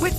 With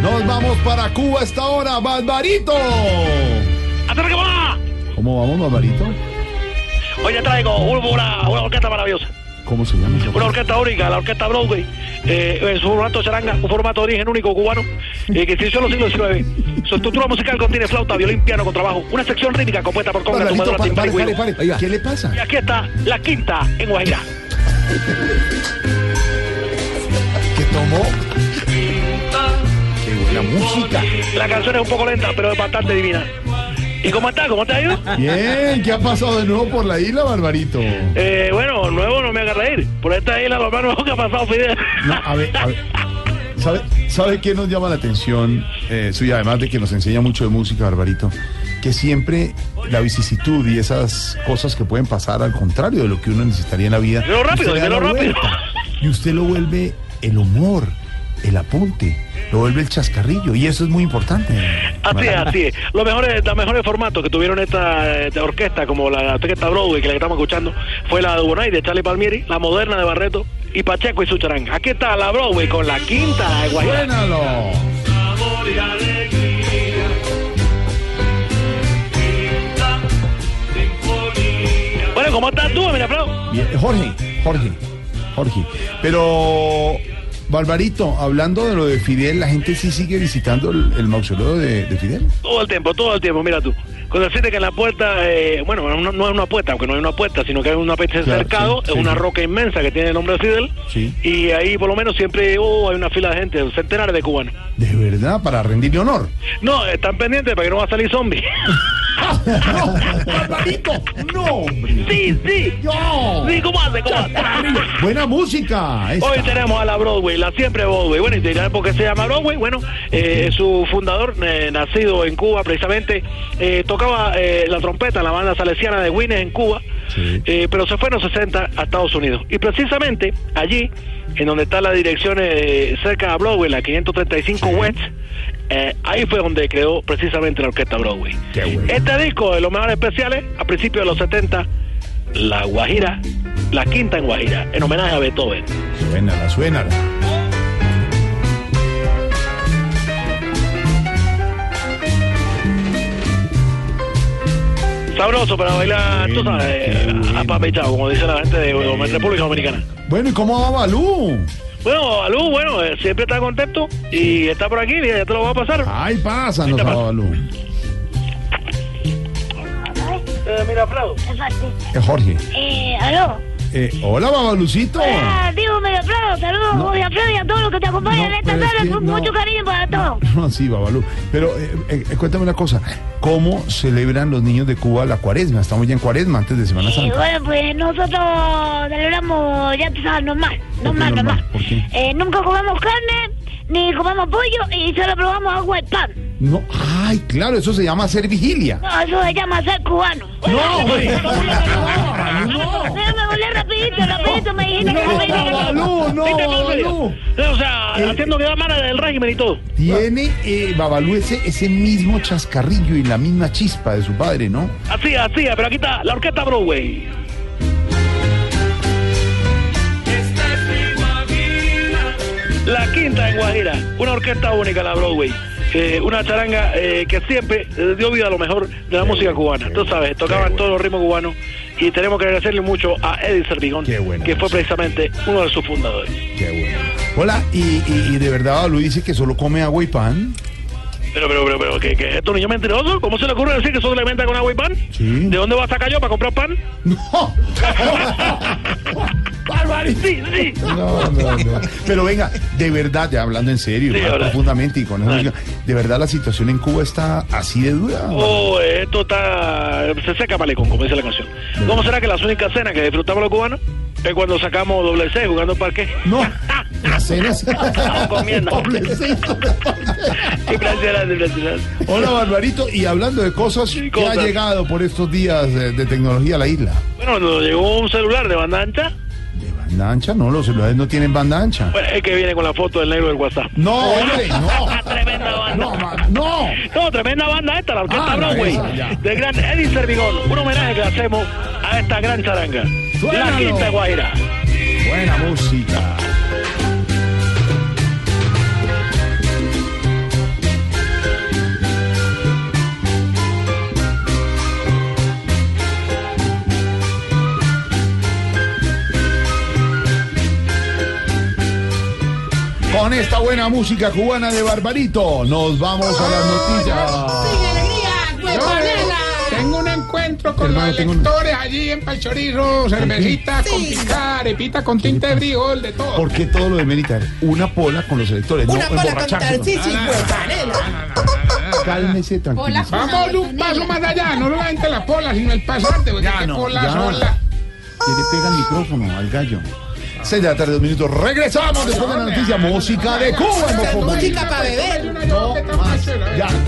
Nos vamos para Cuba a esta hora, Barbarito. ¿Cómo vamos, Barbarito? Hoy te traigo un- una, una orquesta maravillosa, ¿Cómo se llama? una orquesta única, la orquesta Broadway, eh, en su formato charanga, un formato de origen único cubano, eh, que se hizo en los siglos XIX. Su estructura musical contiene flauta, violín, piano, contrabajo, una sección rítmica compuesta por conga, Barbarito, tumbadora, pare, timbal y pare, pare, güiro. pare. Ahí va. ¿Qué le pasa? Y aquí está la quinta en Guajira. ¿Qué tomó? Qué buena música. La canción es un poco lenta, pero es bastante divina. ¿Y cómo está? ¿Cómo está yo? Bien, ¿qué ha pasado de nuevo por la isla, Barbarito? Eh, bueno, nuevo no me haga reír. Por esta isla lo más nuevo que ha pasado Fidel. No, a ver, a ver. ¿Sabe, sabe qué nos llama la atención eh, suya? Además de que nos enseña mucho de música, Barbarito. Que siempre la vicisitud y esas cosas que pueden pasar al contrario de lo que uno necesitaría en la vida. Dímelo rápido, usted le da dímelo la rápido. vuelta. Y usted lo vuelve el humor, el apunte, lo vuelve el chascarrillo. Y eso es muy importante. Así es, Barbarito. así es. Los mejores, los mejores formatos que tuvieron esta eh, orquesta, como la orquesta Broadway, que la que estamos escuchando, fue la de Bonai, de Charlie Palmieri, la moderna de Barreto y Pacheco y su charanga. Aquí está la Broadway con la quinta de Guayana. Suénalo. Bueno, ¿cómo estás tú, mira, Flau? Bien, Jorge, Jorge, Jorge. Pero, Barbarito, hablando de lo de Fidel, la gente sí sigue visitando el, el mausoleo de, de Fidel. Todo el tiempo, todo el tiempo, mira tú. Con decirte que en la puerta, eh, bueno, no, no es una puerta, aunque no hay una puerta, sino que hay una puerta de Claro, cercado, sí, es sí, una sí. roca inmensa que tiene el nombre de Fidel. Sí. Y ahí por lo menos siempre oh, hay una fila de gente, centenares de cubanos. De verdad, para rendirle honor. No, están pendientes para que no va a salir zombie. ¡No! ¡Barbarito! ¡No, hombre! sí, sí. ¡No! Sí, ¿cómo hace? ¿Cómo hace? ¡Buena música! esta. Hoy tenemos a la Broadway, la siempre Broadway. Bueno, y te dirán por qué se llama Broadway. Bueno, eh, su fundador, eh, nacido en Cuba precisamente, eh, tocaba eh, la trompeta en la banda salesiana de Winnes en Cuba, Sí. eh, pero se fue en los 60 a Estados Unidos. Y precisamente allí, en donde está la dirección eh, cerca a Broadway, la 535 West, eh, ahí fue donde creó precisamente la orquesta Broadway. Qué bueno. Este disco de los mejores especiales, a principios de los 70, La Guajira, la quinta en Guajira, en homenaje a Beethoven. Suénala, suénala. Sabroso para bailar, tú sabes, Qué bueno. apapechado, como dice la gente de de República Dominicana. Bueno, ¿y cómo va Balú? Bueno, Alú, bueno, eh, siempre está contento y está por aquí, mira, ya te lo voy a pasar. ¡Ay, pásanos a Balú! Eh, mira, Flau, Eh, Jorge. Eh, aló. Ah, Eh, hola, Babalucito. Hola, digo Medio Prado, saludos No. Jorge Alfredo y a todos los que te acompañan No, en esta pero es tarde, que con no. mucho cariño para todos. No, sí, Babalú. Pero eh, eh, cuéntame una cosa. ¿Cómo celebran los niños de Cuba la cuaresma? Estamos ya en cuaresma, antes de Semana Eh, Santa. bueno, pues nosotros celebramos, ya tú sabes, normal, normal, normal? normal. ¿Por qué? Eh, nunca comemos carne, ni comemos pollo, y solo probamos agua y pan. No, ay, claro, eso se llama hacer vigilia. No, eso se llama ser cubano. ¡No, hombre! ¡No! Déjame volver rapidito, rapidito, me dijiste que ¡No, no me dijiste que no. Babalú, no, Viste, Flau, mira. Babalú! Eh, o sea, Eh, haciendo que da mala del régimen y todo. Tiene eh, Babalú ese, ese mismo chascarrillo y la misma chispa de su padre, ¿no? Así, así, pero aquí está la orquesta Broadway. La quinta en Guajira, una orquesta única, la Broadway. Eh, una charanga eh, que siempre eh, dio vida a lo mejor de la música cubana. Tú sabes, tocaban todos los ritmos cubanos y tenemos que agradecerle mucho a Eddie Servigón, Qué bueno. que fue precisamente uno de sus fundadores. Qué bueno. Hola, y, y- y de verdad Babalú dice que solo come agua y pan. Pero, pero, pero, pero, ¿qué, qué? ¿Estos niños mentirosos? ¿Cómo se le ocurre decir que eso se le venta con agua y pan? Sí. ¿De dónde va a sacar yo para comprar pan? ¡No! ¡Barbarito! Sí, sí. No, no, no. Pero venga, de verdad, ya hablando en serio, Sí, más ahora. profundamente y con eso, Claro. de verdad la situación en Cuba está así de dura. Oh, esto está. Se seca malecón, como dice la canción. ¿Cómo será que las únicas cenas que disfrutamos los cubanos es cuando sacamos doble C jugando al parque? No, La cena sí. Estamos comiendo. Pobrecito. Impresionante, impresionante. Hola, Barbarito. Y hablando de cosas que ha cosas. llegado por estos días eh, de, de tecnología a la isla. Bueno, nos llegó un celular de banda ancha. ¿De banda ancha? No, los celulares no tienen banda ancha. Bueno, es que viene con la foto del negro del WhatsApp. No, hombre, no. Tremenda banda. No, ma- no. No, tremenda banda esta, la orquesta Ah, la Broadway. esa, ya. del gran Eddie Servigón. Un homenaje que le hacemos a esta gran charanga. La Suénalo. quinta Guaira. Buena música. Con esta buena música cubana de Barbarito, nos vamos a las noticias. Tengo un encuentro con Hermano, los tengo un- electores allí en Pachorizo, cervecita con picada, arepita con tinte de frijol, de todo. ¿Por qué todo lo de meditar? Una pola con los electores, no emborracharse. pues, Cálmese, tranquilo. Vamos un paso más allá, no solamente la pola, sino el pasante, porque Ya qué no, pola ya. son las- Que le pega el micrófono al gallo. 6 de la tarde, dos minutos. Regresamos después de la noticia. Música de Cuba. en Voz Populi. Música para beber. No más. Ya.